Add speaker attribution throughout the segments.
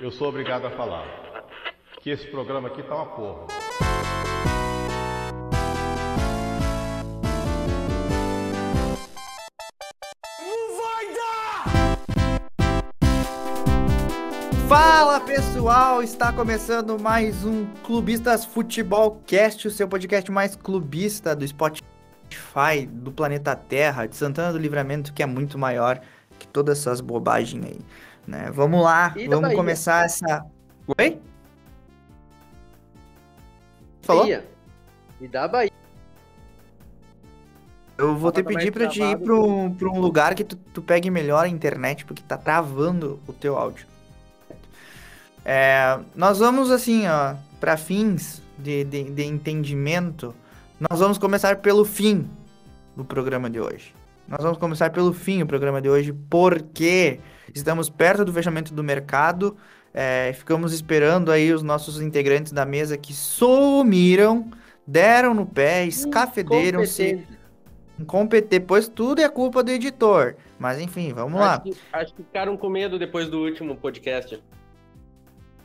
Speaker 1: Eu sou obrigado a falar que esse programa aqui tá uma porra.
Speaker 2: Fala pessoal, está começando mais um Clubistas Futebol Cast, o seu podcast mais clubista do Spotify, do planeta Terra, de Santana do Livramento, que é muito maior que todas essas bobagens aí, né? Vamos lá,
Speaker 3: E da
Speaker 2: vamos
Speaker 3: Bahia?
Speaker 2: começar essa. Oi? Falou?
Speaker 3: Bahia. Me dá a Bahia.
Speaker 2: Eu vou te
Speaker 3: Tava mais
Speaker 2: pedir pra te ir
Speaker 3: travado
Speaker 2: pra um, pra um lugar que tu, tu pegue melhor a internet, porque tá travando o teu áudio. É, nós vamos, assim, ó, pra fins de, de, de entendimento, nós vamos começar pelo fim do programa de hoje. Nós vamos começar pelo fim do programa de hoje, porque estamos perto do fechamento do mercado, é, ficamos esperando aí os nossos integrantes da mesa que sumiram, deram no pé,
Speaker 3: Hum,
Speaker 2: escafederam-se
Speaker 3: Competente.
Speaker 2: competir, pois tudo é culpa do editor. Mas enfim, vamos lá.
Speaker 4: Acho que, acho que ficaram com medo depois do último podcast.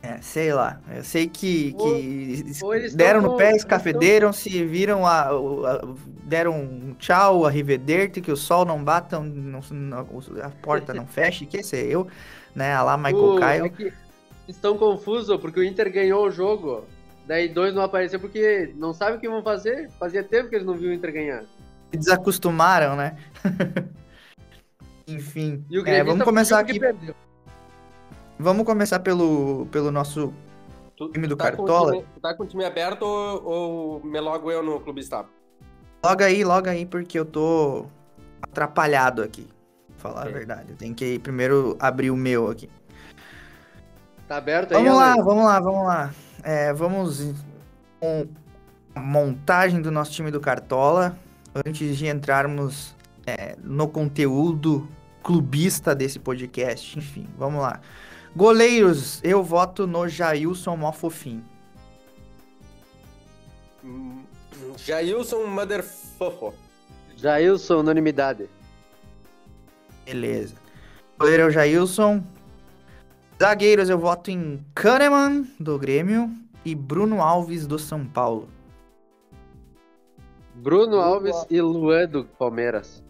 Speaker 2: É, sei lá. Eu sei que, que
Speaker 3: Ou-
Speaker 2: es-
Speaker 3: ou eles
Speaker 2: deram
Speaker 3: tão
Speaker 2: no
Speaker 3: com-
Speaker 2: pé,
Speaker 3: eles
Speaker 2: escafederam, se viram a, o- a- deram um tchau, a Rivederte, que o sol não bata, não- não- a porta não feche, que sei eu, né? A lá Michael
Speaker 3: O-
Speaker 2: Caio.
Speaker 3: é que estão confusos porque o Inter ganhou o jogo. Daí dois não apareceu porque não sabe o que vão fazer. Fazia tempo que eles não viam o Inter ganhar.
Speaker 2: Se desacostumaram, né? enfim.
Speaker 3: E o
Speaker 2: é,
Speaker 3: gremista um
Speaker 2: vamos começar
Speaker 3: fingiu
Speaker 2: aqui.
Speaker 4: um
Speaker 3: que perdeu.
Speaker 2: Vamos começar pelo, pelo nosso
Speaker 4: Tu-
Speaker 2: time do
Speaker 4: tá com o
Speaker 2: Cartola.
Speaker 4: time- tu tá com o time aberto ou, ou me logo eu no Clube Star?
Speaker 2: Logo aí, logo aí, porque eu tô atrapalhado aqui. pra Falar
Speaker 4: Ok.
Speaker 2: a verdade. Eu tenho que primeiro abrir o meu aqui.
Speaker 3: Tá aberto aí.
Speaker 2: Vamos lá,
Speaker 3: Alan?
Speaker 2: vamos lá, vamos lá. É, vamos em- com a montagem do nosso time do Cartola. Antes de entrarmos é, no conteúdo clubista desse podcast. Enfim, vamos lá. Goleiros, eu voto no Jailson Mó Fofinho.
Speaker 4: Hum, Jailson Motherfofo.
Speaker 3: Jailson, unanimidade.
Speaker 2: Beleza. Goleiro é o Jailson. Zagueiros eu voto em Kahneman, do Grêmio, e Bruno Alves, do São Paulo.
Speaker 3: Bruno Alves e Luan do Palmeiras.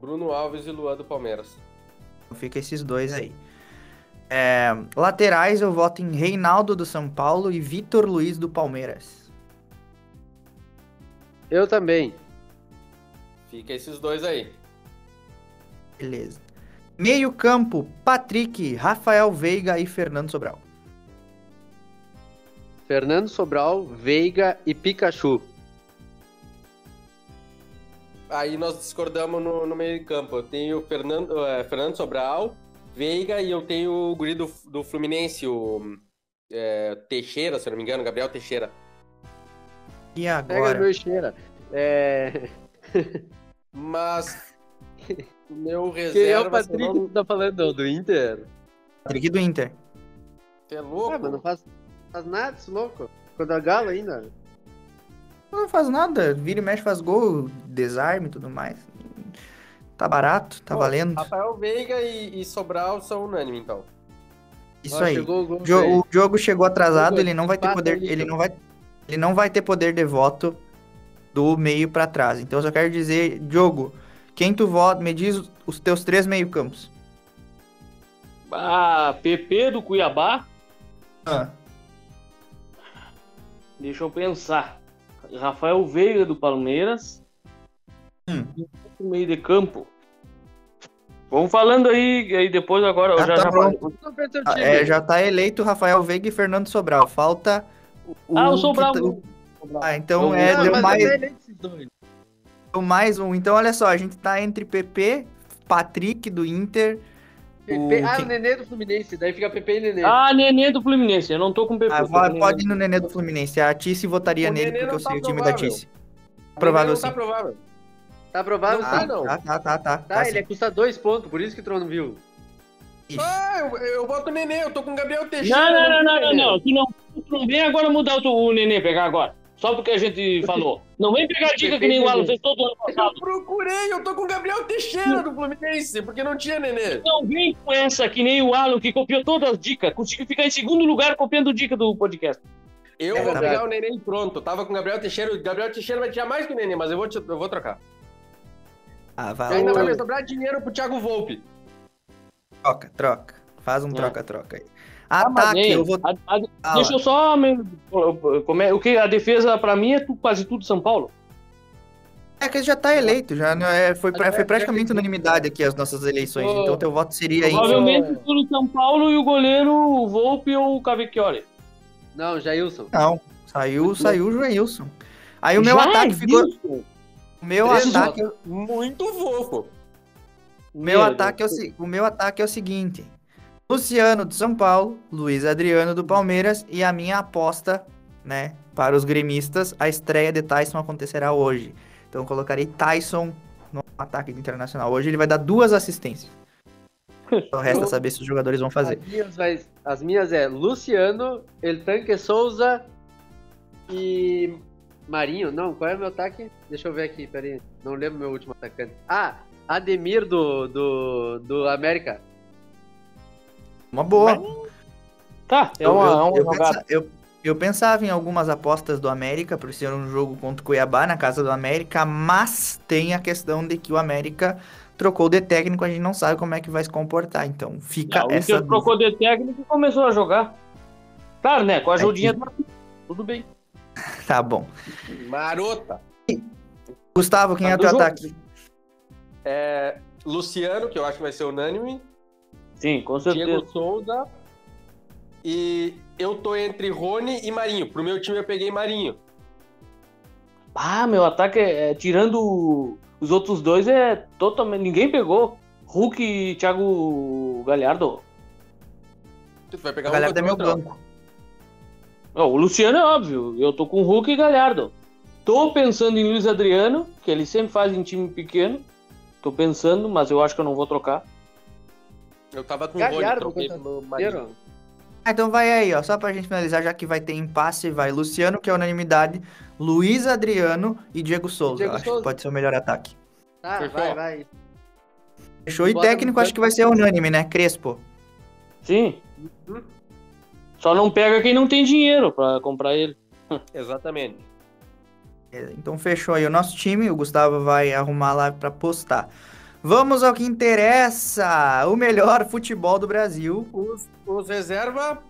Speaker 4: Bruno Alves e Luan do Palmeiras.
Speaker 2: Então Fica esses dois aí. É, laterais eu voto em Reinaldo, do São Paulo, e Vitor Luiz, do Palmeiras.
Speaker 3: Eu também.
Speaker 4: Fica esses dois aí.
Speaker 2: Beleza. Meio campo, Patrick, Rafael Veiga e Fernando Sobral.
Speaker 3: Fernando Sobral, Veiga e Pikachu.
Speaker 4: Aí nós discordamos no, no meio de campo. Eu tenho o Fernando, eh, Fernando Sobral, Veiga e eu tenho o guri do, do Fluminense, o eh, Teixeira, se eu não me engano, Gabriel Teixeira.
Speaker 2: E
Speaker 3: Pega
Speaker 2: agora?
Speaker 3: meu cheira. É...
Speaker 4: Mas o meu reserva...
Speaker 3: Quem é o
Speaker 4: se eu
Speaker 3: Patrick
Speaker 4: não-
Speaker 3: que tu tá falando? Do Inter?
Speaker 2: Patrick do Inter.
Speaker 4: Tu é louco?
Speaker 3: Ah, mas não faz, faz nada esse louco. Ficou da gala ainda.
Speaker 2: Não faz nada, vira e mexe, faz gol, desarme e tudo mais. Tá barato, tá
Speaker 4: Pô,
Speaker 2: valendo.
Speaker 4: Rafael Veiga e, e Sobral são unânime, então.
Speaker 2: Isso
Speaker 3: Ó,
Speaker 2: aí.
Speaker 3: Chegou o gol.
Speaker 2: Jo-
Speaker 3: aí.
Speaker 2: o jogo chegou atrasado,
Speaker 3: Jogo,
Speaker 2: ele não vai ter
Speaker 3: passa
Speaker 2: poder,
Speaker 3: ali,
Speaker 2: ele
Speaker 3: jogo.
Speaker 2: não vai, ele não vai ter poder de voto do meio pra trás. Então eu só quero dizer, Diogo, quem tu vota, me diz os- os teus três meio-campos.
Speaker 5: Ah, PP do Cuiabá.
Speaker 2: Ah,
Speaker 5: Deixa eu pensar. Rafael Veiga do Palmeiras.
Speaker 2: Hum.
Speaker 5: E o meio de campo. Vamos falando aí, aí depois agora. eu
Speaker 2: Ah,
Speaker 5: já,
Speaker 2: tá
Speaker 5: já
Speaker 2: bom.
Speaker 5: falei.
Speaker 3: Não fez teu
Speaker 2: Ah,
Speaker 3: time.
Speaker 2: é, já tá eleito Rafael Veiga e Fernando Sobral. Falta o
Speaker 5: Ah, o
Speaker 2: que
Speaker 5: Sobral.
Speaker 2: tá-
Speaker 5: o-
Speaker 2: Ah, então
Speaker 5: Não,
Speaker 2: é
Speaker 3: Ah,
Speaker 5: não,
Speaker 2: deu
Speaker 3: mas
Speaker 2: mais,
Speaker 3: até ele é desses dois.
Speaker 2: deu mais um. Então olha só, a gente tá entre PP, Patrick do Inter.
Speaker 3: Pepe-
Speaker 2: O
Speaker 3: Ah,
Speaker 2: que-
Speaker 3: o Nenê do Fluminense. Daí fica Pepe e Nenê.
Speaker 5: Ah, Nenê do Fluminense. Eu não tô com PP.
Speaker 2: Ah,
Speaker 5: tô
Speaker 2: vou-
Speaker 5: com
Speaker 2: pode
Speaker 5: Nenê.
Speaker 2: ir no Nenê do Fluminense. A Tice votaria
Speaker 4: O
Speaker 2: nele
Speaker 4: Nenê
Speaker 2: porque
Speaker 4: não
Speaker 2: eu
Speaker 4: tá
Speaker 2: sei o time da
Speaker 4: provável.
Speaker 2: Tice. Provável
Speaker 4: Não tá
Speaker 2: sim.
Speaker 4: provável.
Speaker 3: Tá aprovado?
Speaker 4: Não
Speaker 3: tá,
Speaker 2: Ah,
Speaker 4: não.
Speaker 2: Tá, tá, tá, tá.
Speaker 3: Tá,
Speaker 2: Tá
Speaker 3: ele
Speaker 2: sim.
Speaker 3: custa dois pontos, por isso que o Trono viu.
Speaker 4: Ah, eu, eu boto o Nenê, eu tô com o Gabriel Teixeira.
Speaker 5: Não, não, não, não, não,
Speaker 4: Nenê.
Speaker 5: não. Tu não, tu não vem agora mudar o, teu- o Nenê, pegar agora. Só porque a gente falou. Não vem pegar dica que nem o Alan fez todo ano
Speaker 4: Eu
Speaker 5: passado.
Speaker 4: procurei, eu tô com o Gabriel Teixeira do Fluminense, porque não tinha Nenê.
Speaker 5: Não vem com essa que nem o Alan que copiou todas as dicas. Conseguiu ficar em segundo lugar copiando dica do podcast.
Speaker 4: Eu
Speaker 3: É
Speaker 4: vou
Speaker 3: verdade.
Speaker 4: pegar o Nenê pronto. Eu Tava com o Gabriel Teixeira, o Gabriel Teixeira vai tirar mais que o Nenê, mas eu vou, te- eu vou trocar.
Speaker 2: Ah,
Speaker 4: E ainda vai
Speaker 2: valeu.
Speaker 4: me sobrar dinheiro pro Thiago Volpe.
Speaker 2: Troca, troca. Faz um
Speaker 5: É.
Speaker 2: troca-troca aí.
Speaker 5: Tá, Mas,
Speaker 2: Ataque,
Speaker 5: hein,
Speaker 2: eu vou.
Speaker 5: a- a-
Speaker 2: Ah,
Speaker 5: deixa eu só. me- como é- o que a defesa pra mim é tu- quase tudo São Paulo.
Speaker 2: É que ele já tá eleito, já não é, foi, pra- foi praticamente unanimidade aqui as nossas eleições,
Speaker 5: Ô,
Speaker 2: então teu voto seria aí.
Speaker 5: Provavelmente tudo São Paulo e o goleiro o Volpe ou o Cavicchioli.
Speaker 3: Não, Jailson.
Speaker 2: Não, saiu, saiu o Joelson. Aí o meu
Speaker 5: Já
Speaker 2: ataque
Speaker 5: é
Speaker 2: ficou.
Speaker 5: isso?
Speaker 2: O meu
Speaker 4: Três
Speaker 2: ataque, o
Speaker 4: Muito fofo.
Speaker 2: meu
Speaker 5: Meu
Speaker 2: ataque é o, se- o meu ataque é o seguinte: Luciano do São Paulo, Luiz Adriano do Palmeiras e a minha aposta, né, para os gremistas, a estreia de Tyson acontecerá hoje. Então eu colocarei Tyson no ataque do internacional. Hoje ele vai dar duas assistências. Só resta saber se os jogadores vão fazer.
Speaker 3: As minhas, vai- as minhas é Luciano, El Tanque Souza e Marinho. Não, qual é o meu ataque? Deixa eu ver aqui, peraí. Não lembro meu último atacante. Ah, Ademir do, do, do América.
Speaker 2: Uma boa.
Speaker 5: Tá, é
Speaker 2: Eu,
Speaker 5: uma,
Speaker 2: eu-
Speaker 5: é uma
Speaker 2: eu
Speaker 5: jogada.
Speaker 2: pensa- eu- eu pensava em algumas apostas do América por ser um jogo contra o Cuiabá na casa do América, mas tem a questão de que o América trocou de técnico, a gente não sabe como é que vai se comportar. Então fica
Speaker 5: Não, É Tá, o
Speaker 2: essa.
Speaker 5: Lucas trocou de técnico e começou a jogar. Claro, né? Com a ajudinha
Speaker 2: É
Speaker 5: do Marquinhos. Tudo bem.
Speaker 2: dúvida. Tá bom.
Speaker 4: Marota.
Speaker 2: Gustavo, quem
Speaker 5: Tá
Speaker 2: é
Speaker 5: do
Speaker 2: teu
Speaker 5: jogo.
Speaker 2: ataque?
Speaker 4: É, Luciano, que eu acho que vai ser unânime.
Speaker 5: Sim, com certeza.
Speaker 4: Diego Souza. E eu tô entre Rony e Marinho. Pro meu time eu peguei Marinho.
Speaker 5: Ah, meu ataque é, é- tirando o- os outros dois é totalmente. Ninguém pegou. Hulk e Thiago Galhardo.
Speaker 4: Tu vai
Speaker 2: A
Speaker 4: pegar um
Speaker 2: galera
Speaker 4: contra
Speaker 2: é
Speaker 4: o
Speaker 2: meu
Speaker 4: outro,
Speaker 2: banco.
Speaker 5: Não, o Luciano é óbvio. Eu tô com Hulk e Galhardo. Tô pensando em Luiz Adriano, que ele sempre faz em time pequeno. Tô pensando, mas eu acho que eu não vou trocar.
Speaker 4: Eu tava com o Rony,
Speaker 3: Galhardo
Speaker 4: troquei
Speaker 3: contra
Speaker 4: pelo
Speaker 3: o
Speaker 4: então Marinho.
Speaker 3: Marinho.
Speaker 2: Ah, então vai aí, ó. Só pra gente finalizar, já que vai ter impasse, vai Luciano, que é unanimidade, Luiz Adriano e Diego Souza.
Speaker 3: Diego
Speaker 2: acho
Speaker 3: Souza.
Speaker 2: que pode ser o melhor ataque.
Speaker 3: Tá,
Speaker 4: Fechou.
Speaker 3: vai, vai.
Speaker 2: Fechou e
Speaker 3: Bota no
Speaker 2: técnico,
Speaker 3: banco.
Speaker 2: acho que vai ser unânime, né? Crespo.
Speaker 5: Sim.
Speaker 2: Uhum.
Speaker 5: Só não pega quem não tem dinheiro pra comprar ele.
Speaker 4: Exatamente.
Speaker 2: Beleza, Então fechou aí o nosso time, o Gustavo vai arrumar lá pra postar. Vamos ao que interessa, o melhor futebol do Brasil.
Speaker 4: Os, os reserva.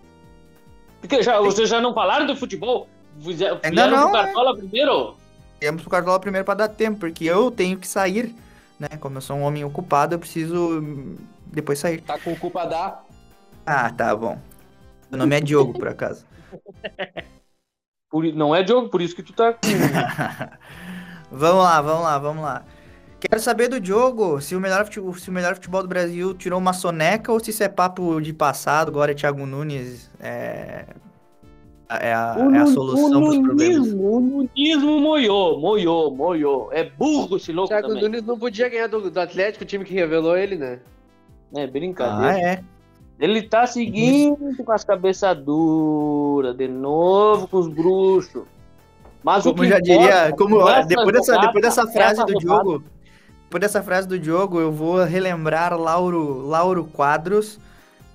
Speaker 5: Porque já, vocês já não falaram do futebol? Fize- Fizeram
Speaker 2: não, né?
Speaker 5: pro Cartola primeiro?
Speaker 2: Temos o Cartola primeiro pra dar tempo, porque eu tenho que sair, né? Como eu sou um homem ocupado, eu preciso hum, depois sair.
Speaker 4: Tá com culpa da.
Speaker 2: Ah, tá bom. Meu nome é Diogo, por acaso.
Speaker 5: Por i- não é Diogo, por isso que tu tá. com-
Speaker 2: vamos lá, vamos lá, vamos lá. Quero saber do Diogo se o melhor futebol, se o melhor futebol do Brasil tirou uma soneca ou se isso é papo de passado, agora é Thiago Nunes. É, é a, é a
Speaker 5: nu-
Speaker 2: solução
Speaker 5: o
Speaker 2: dos problemas.
Speaker 5: nunismo, o nunismo moiou, moiou, moiou. É burro esse louco
Speaker 3: Thiago
Speaker 5: também.
Speaker 3: Nunes não podia ganhar do, do Atlético, o time que revelou ele, né?
Speaker 5: É
Speaker 2: Ah,
Speaker 5: brincadeira.
Speaker 2: é.
Speaker 5: Ele tá seguindo com as cabeças duras, de novo com os bruxos. Mas o
Speaker 2: Como eu
Speaker 5: que
Speaker 2: já diria,
Speaker 5: importa,
Speaker 2: como,
Speaker 5: nessa
Speaker 2: depois, dessa,
Speaker 5: jogada,
Speaker 2: depois dessa frase
Speaker 5: nessa
Speaker 2: do
Speaker 5: jogada,
Speaker 2: Diogo, depois dessa frase do Diogo, eu vou relembrar Lauro, Lauro Quadros.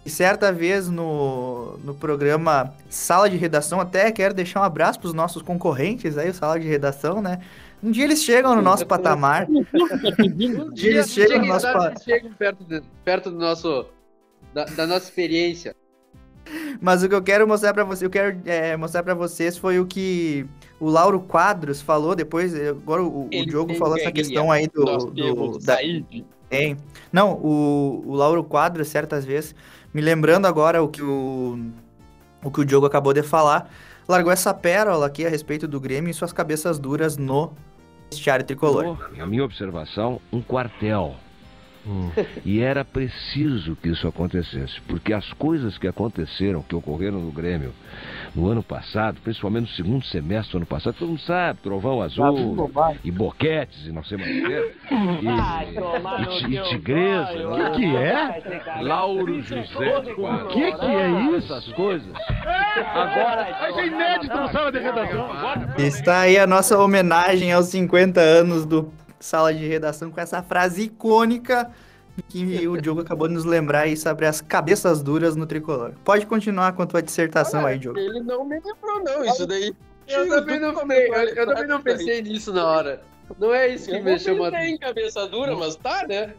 Speaker 2: E certa vez no, no programa Sala de Redação, até quero deixar um abraço para os nossos concorrentes aí, o Sala de Redação, né? Um dia eles chegam no nosso patamar.
Speaker 3: Um
Speaker 2: dia eles chegam no nosso
Speaker 3: sabe,
Speaker 2: pa-
Speaker 3: eles chegam perto, de- perto do nosso. Da, da nossa experiência.
Speaker 2: Mas o que eu quero mostrar pra vocês, eu quero é, mostrar para vocês foi o que o Lauro Quadros falou depois. eh, Agora o, o
Speaker 4: Ele
Speaker 2: Diogo
Speaker 4: tem
Speaker 2: falou essa
Speaker 4: ganharia.
Speaker 2: questão aí do,
Speaker 4: Nós
Speaker 2: do
Speaker 4: temos
Speaker 2: da,
Speaker 4: saído.
Speaker 2: tem. Não, o, o Lauro Quadros certas vezes, me lembrando agora o que o o que o Diogo acabou de falar, largou essa pérola aqui a respeito do Grêmio e suas cabeças duras no vestiário tricolor.
Speaker 6: Na minha observação, um quartel.
Speaker 7: Hum.
Speaker 6: E era preciso que isso acontecesse, porque as coisas que aconteceram, que ocorreram no Grêmio no ano passado, principalmente no segundo semestre do ano passado, todo mundo sabe, Trovão Azul, e Boquetes, e não sei mais o quê,
Speaker 5: Vai tomar
Speaker 6: e,
Speaker 5: no
Speaker 6: e, ti-
Speaker 5: teu
Speaker 6: e Tigresa,
Speaker 5: zóio,
Speaker 6: né?
Speaker 5: ah,
Speaker 7: Que que é?
Speaker 5: vai ser caralho.
Speaker 6: Lauro
Speaker 5: Isso é
Speaker 6: José,
Speaker 5: todo
Speaker 6: o
Speaker 5: colorado.
Speaker 7: que que é isso?
Speaker 6: essas coisas.
Speaker 5: Agora,
Speaker 7: Isso é inédito no sala de redação.
Speaker 2: Está aí a nossa homenagem aos 50 anos do Sala de Redação com essa frase icônica que o Diogo acabou de nos lembrar aí sobre as cabeças duras no tricolor. Pode continuar com a tua dissertação aí, Diogo.
Speaker 4: Ele não me lembrou, não, isso daí.
Speaker 3: Eu também não, sei, eu, eu também não pensei nisso na hora. Não é isso que
Speaker 4: Eu
Speaker 3: me
Speaker 4: não
Speaker 3: chamou a
Speaker 4: pensei em cabeça dura, mas tá, né?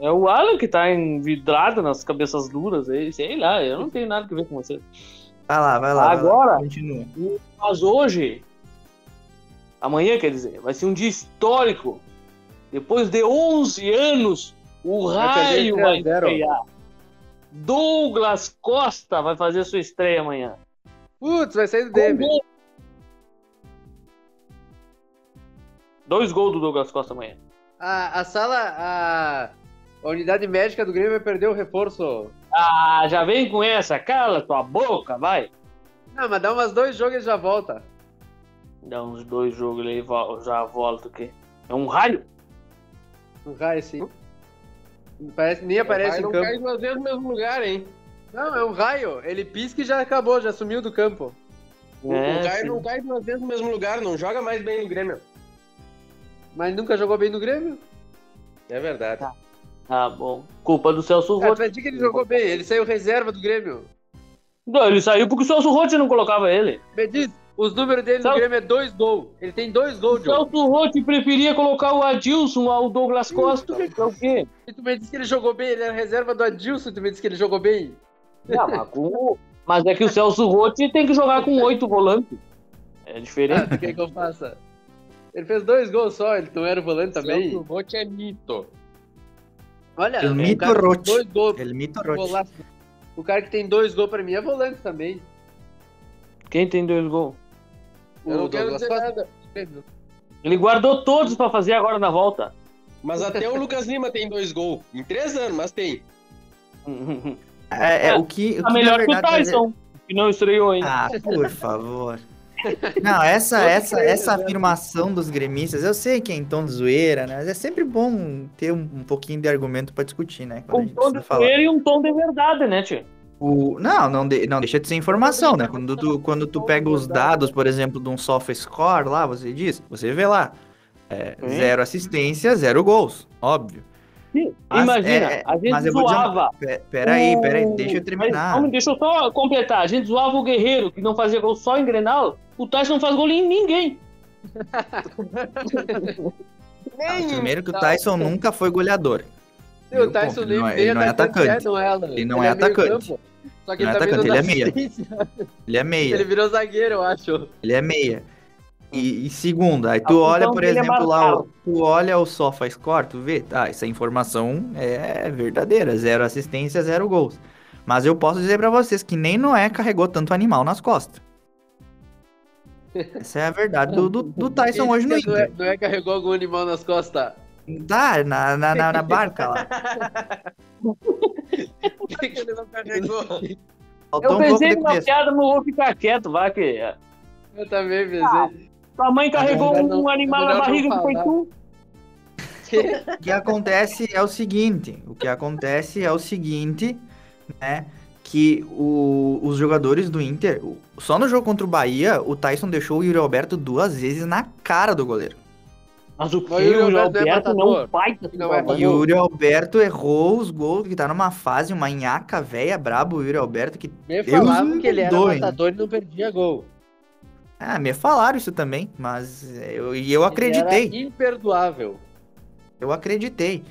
Speaker 5: É o Alan que tá envidrado nas cabeças duras aí, sei lá, eu não tenho nada que ver com você.
Speaker 2: Vai lá, vai lá. vai lá.
Speaker 5: Agora?
Speaker 2: Continua.
Speaker 5: Mas hoje, amanhã quer dizer, vai ser um dia histórico. Depois de 11 anos, o
Speaker 3: Vai perder
Speaker 5: raio
Speaker 3: três a
Speaker 5: vai
Speaker 3: zero.
Speaker 5: estrear. Douglas Costa vai fazer sua estreia amanhã.
Speaker 3: Putz, vai sair do Demi.
Speaker 5: Com gol. Dois gols do Douglas Costa amanhã.
Speaker 3: A, a sala, a, a unidade médica do Grêmio vai perder o reforço.
Speaker 5: Ah, já vem com essa, cala tua boca, vai.
Speaker 3: Não, mas dá umas dois jogos e já volta.
Speaker 5: Dá uns dois jogos ele aí, vol- já volta o quê? É um raio?
Speaker 3: Não cai sim. Um assim. Parece, nem
Speaker 4: Vai,
Speaker 3: aparece em
Speaker 4: não
Speaker 3: campo.
Speaker 4: cai duas vezes no mesmo lugar, hein?
Speaker 3: Não, é um raio. Ele pisca e já acabou, já sumiu do campo.
Speaker 4: O,
Speaker 5: É,
Speaker 4: o Caio
Speaker 5: sim.
Speaker 4: não cai duas vezes no mesmo lugar, não joga mais bem no Grêmio.
Speaker 3: Mas nunca jogou bem no Grêmio.
Speaker 4: É verdade.
Speaker 5: Tá bom. Culpa do Celso
Speaker 3: Ah, tu
Speaker 5: Rotti.
Speaker 3: vai dizer que ele jogou bem, ele saiu reserva do Grêmio.
Speaker 5: Não, ele saiu porque o Celso Rotti não colocava ele.
Speaker 3: Me diz, os números dele no
Speaker 5: Sabe-
Speaker 3: Grêmio é dois gols. Ele tem dois gols,
Speaker 5: O
Speaker 3: Diogo.
Speaker 5: Celso Rotti preferia colocar o Adilson ao Douglas Costa.
Speaker 2: tá
Speaker 5: É o quê?
Speaker 3: E tu me disse que ele jogou bem, ele era reserva do Adilson, tu me disse que ele jogou bem.
Speaker 5: Não, mas, com- mas é que o Celso Rotti tem que jogar com oito volantes. É
Speaker 3: Ah,
Speaker 5: diferente.
Speaker 3: tu quer que eu faça? Ele fez dois gols só, ele não era o volante também.
Speaker 4: O Rote é mito.
Speaker 3: Olha,
Speaker 2: El
Speaker 3: o
Speaker 2: Mito
Speaker 3: cara que tem
Speaker 2: Rotti. É
Speaker 3: dois gols, Um
Speaker 2: Ele me torrou.
Speaker 3: golaço. O cara que tem dois gols pra mim é volante também.
Speaker 5: Quem tem dois gols?
Speaker 4: Eu não quero
Speaker 3: Douglas
Speaker 4: dizer
Speaker 3: Costa.
Speaker 4: nada.
Speaker 5: Ele guardou todos pra fazer agora na volta.
Speaker 4: Mas até o Lucas Lima tem dois gols. Em três anos, mas tem.
Speaker 2: É, é, o que, o que
Speaker 5: Tá
Speaker 2: na
Speaker 5: melhor que o
Speaker 2: verdade, é-
Speaker 5: Tyson, que não estreou ainda.
Speaker 2: Ah, por favor. Não, essa, essa, essa afirmação dos gremistas, eu sei que é em tom de zoeira, né? Mas é sempre bom ter um, um pouquinho de argumento pra discutir, né? Quando a
Speaker 5: um
Speaker 2: gente
Speaker 5: tom de
Speaker 2: precisa falar.
Speaker 5: poeira e um tom de verdade, né, tio?
Speaker 2: O- Não, não, de- não deixa de ser informação, né? Quando tu, quando tu pega os dados, por exemplo, de um soft score lá, você diz, você vê lá. é,
Speaker 5: Sim.
Speaker 2: zero assistência, zero gols, óbvio. Mas
Speaker 5: Imagina,
Speaker 2: é- é-
Speaker 5: a
Speaker 2: mas
Speaker 5: gente
Speaker 2: eu vou dizer uma-
Speaker 5: zoava.
Speaker 2: Pe- Peraí, peraí,
Speaker 5: O-
Speaker 2: deixa eu
Speaker 5: Mas,
Speaker 2: terminar.
Speaker 5: calma, deixa eu só completar. A gente zoava o Guerreiro, que não fazia gol só em Grenal. O Tyson não faz gol em ninguém.
Speaker 2: Ah, Primeiro
Speaker 5: tá.
Speaker 2: que o Tyson nunca foi goleador.
Speaker 3: Meu,
Speaker 2: Meu
Speaker 3: o Tyson
Speaker 2: ponto,
Speaker 3: nem
Speaker 2: ele não é-
Speaker 3: nem
Speaker 2: ele não é atacante.
Speaker 3: não é, Alan.
Speaker 2: Ele não é
Speaker 3: meio
Speaker 2: atacante.
Speaker 3: campo. Só
Speaker 2: Ele
Speaker 3: que ele,
Speaker 2: não é atacante,
Speaker 3: também não
Speaker 2: ele é meia.
Speaker 3: dá assistência.
Speaker 2: Ele é meia.
Speaker 3: Ele virou zagueiro, eu acho.
Speaker 2: Ele é meia. E, e segunda, aí
Speaker 5: A
Speaker 2: tu olha,
Speaker 5: função
Speaker 2: por
Speaker 5: dele é
Speaker 2: exemplo, lá,
Speaker 5: marcar.
Speaker 2: o- tu olha o SofaScore, tu vê, tá, essa informação é verdadeira, zero assistência, zero gols. Mas eu posso dizer pra vocês que nem Noé carregou tanto animal nas costas. Essa é a verdade do, do, do Tyson hoje no
Speaker 3: Ele não é,
Speaker 2: Inter.
Speaker 3: não é carregou algum animal nas costas.
Speaker 2: Tá, na, na, na, na barca lá.
Speaker 4: Ele não carregou.
Speaker 5: Eu
Speaker 2: Faltou um pouco
Speaker 5: pensei
Speaker 2: de
Speaker 5: numa
Speaker 2: começo.
Speaker 5: piada, mas vou ficar quieto, vai que...
Speaker 3: Eu também pensei.
Speaker 4: Ah,
Speaker 5: Tua mãe carregou
Speaker 3: melhor não-
Speaker 5: um animal
Speaker 3: é
Speaker 5: na
Speaker 3: melhor
Speaker 5: barriga
Speaker 3: não
Speaker 5: que foi
Speaker 3: falar.
Speaker 5: tu.
Speaker 2: O que acontece é o seguinte, o que acontece é o seguinte, né, que o- os jogadores do Inter, o- só no jogo contra o Bahia, o Tyson deixou o Yuri Alberto duas vezes na cara do goleiro.
Speaker 5: Mas o que
Speaker 3: Mas o Yuri
Speaker 5: o
Speaker 3: Alberto é
Speaker 5: Alberto não
Speaker 3: matador.
Speaker 5: faz com
Speaker 3: Não
Speaker 5: o
Speaker 3: é
Speaker 5: Alberto?
Speaker 2: E o Yuri Alberto errou os gols, que tá numa fase, uma nhaca velha, brabo, o Yuri Alberto, que,
Speaker 3: Me
Speaker 2: Deus
Speaker 3: falavam
Speaker 2: me
Speaker 3: que ele era
Speaker 2: perdoe, né?
Speaker 3: matador e não perdia gol.
Speaker 2: ah, me falaram isso também, mas eu, e eu acreditei.
Speaker 3: Ele era imperdoável.
Speaker 2: Eu acreditei.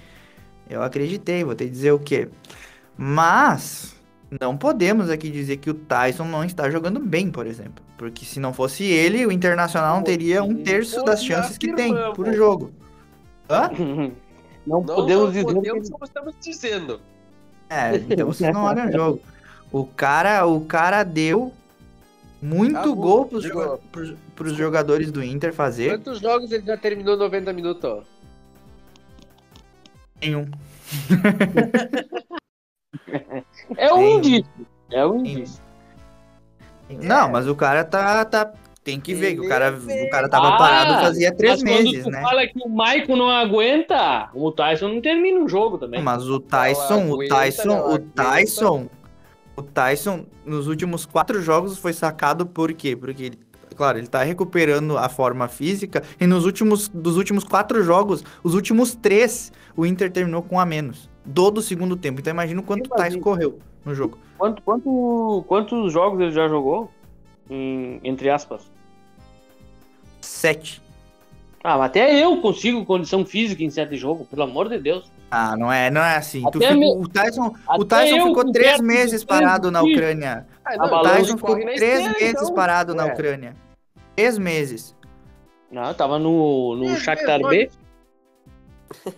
Speaker 2: Eu acreditei, vou ter que dizer o quê? Mas não podemos aqui dizer que o Tyson não está jogando bem, por exemplo. Porque se não fosse ele, o Internacional não teria um terço das chances que tem por jogo. Hã?
Speaker 5: Não
Speaker 4: Não
Speaker 5: podemos
Speaker 4: só
Speaker 5: dizer...
Speaker 4: podemos,
Speaker 5: que-
Speaker 4: como estamos dizendo.
Speaker 2: É, então vocês não olham o jogo. O cara, o cara deu muito
Speaker 4: Tá bom,
Speaker 2: gol pros,
Speaker 4: chegou.
Speaker 2: joga- pros- pros jogadores do Inter fazer.
Speaker 3: Quantos jogos ele já terminou 90 minutos?
Speaker 2: Nenhum.
Speaker 5: É um
Speaker 2: Tem.
Speaker 5: indício. É um
Speaker 2: Tem.
Speaker 5: indício. É.
Speaker 2: Não, mas o cara tá. tá tem que ver que o cara, o cara tava
Speaker 5: Ah,
Speaker 2: parado fazia três
Speaker 5: Mas quando
Speaker 2: meses,
Speaker 5: tu
Speaker 2: né?
Speaker 5: fala que o Maicon não aguenta, o Tyson não termina um jogo também.
Speaker 2: Mas o Tyson, o
Speaker 5: né?
Speaker 4: aguenta,
Speaker 2: Tyson,
Speaker 4: não
Speaker 2: o
Speaker 4: aguenta.
Speaker 2: Tyson, o Tyson, nos últimos quatro jogos foi sacado por quê? Porque, ele- claro, ele tá recuperando a forma física e nos últimos, dos últimos quatro jogos, os últimos três, o Inter terminou com um a menos. Do do segundo tempo. Então imagina o quanto o Tyson correu no jogo.
Speaker 5: Quanto, quanto- quantos jogos ele já jogou? Em- entre aspas.
Speaker 2: Sete.
Speaker 5: Ah, mas até eu consigo condição física em sete jogos, pelo amor de Deus.
Speaker 2: Ah, não é, não é assim. Tu
Speaker 5: Até
Speaker 2: fica-
Speaker 5: me-
Speaker 2: o Tyson, o
Speaker 5: até eu
Speaker 2: Tyson ficou
Speaker 5: com
Speaker 2: três
Speaker 5: perto de
Speaker 2: meses
Speaker 5: três
Speaker 2: parado na
Speaker 5: dias.
Speaker 2: Ucrânia.
Speaker 4: Ah,
Speaker 5: A
Speaker 2: O
Speaker 5: Falou,
Speaker 2: Tyson
Speaker 4: ele
Speaker 2: ficou
Speaker 4: corre na
Speaker 2: três
Speaker 4: esteira,
Speaker 2: meses
Speaker 4: então.
Speaker 2: parado na
Speaker 5: é.
Speaker 4: Ué.
Speaker 2: Ucrânia. Três meses.
Speaker 5: Não, Ah, tava no, no Shakhtar B.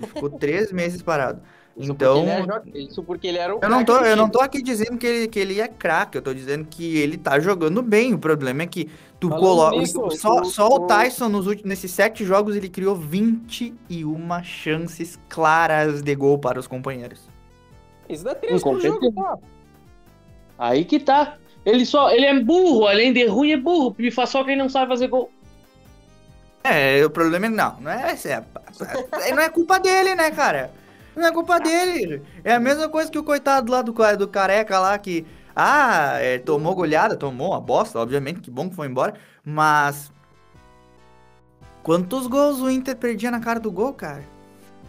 Speaker 2: Ficou três meses parado.
Speaker 4: Isso
Speaker 2: Então,
Speaker 4: porque ele é jo- Isso porque ele era um
Speaker 2: eu não, tô,
Speaker 4: craque
Speaker 2: eu
Speaker 4: do
Speaker 2: não
Speaker 4: time.
Speaker 2: tô aqui dizendo que ele, que ele é craque, eu tô dizendo que ele tá jogando bem. O problema é que tu
Speaker 4: Falando
Speaker 2: coloca.
Speaker 4: nisso,
Speaker 2: só,
Speaker 4: tu-
Speaker 2: só o
Speaker 4: tu-
Speaker 2: Tyson nos últimos, nesses sete jogos ele criou 21 chances claras de gol para os companheiros.
Speaker 4: Isso dá três por
Speaker 5: Incompetente.
Speaker 4: jogo, pô.
Speaker 5: Aí que tá. Ele só. Ele é burro, além de ruim, é burro. Pifa só quem não sabe fazer gol.
Speaker 2: É, o problema é não, não é, é, é- não é culpa dele, né, cara? Não é culpa dele. É a mesma coisa que o coitado lá do, ca- do careca lá que ah, é, tomou goleada, tomou uma bosta, obviamente, que bom que foi embora, mas quantos gols o Inter perdia na cara do gol, cara?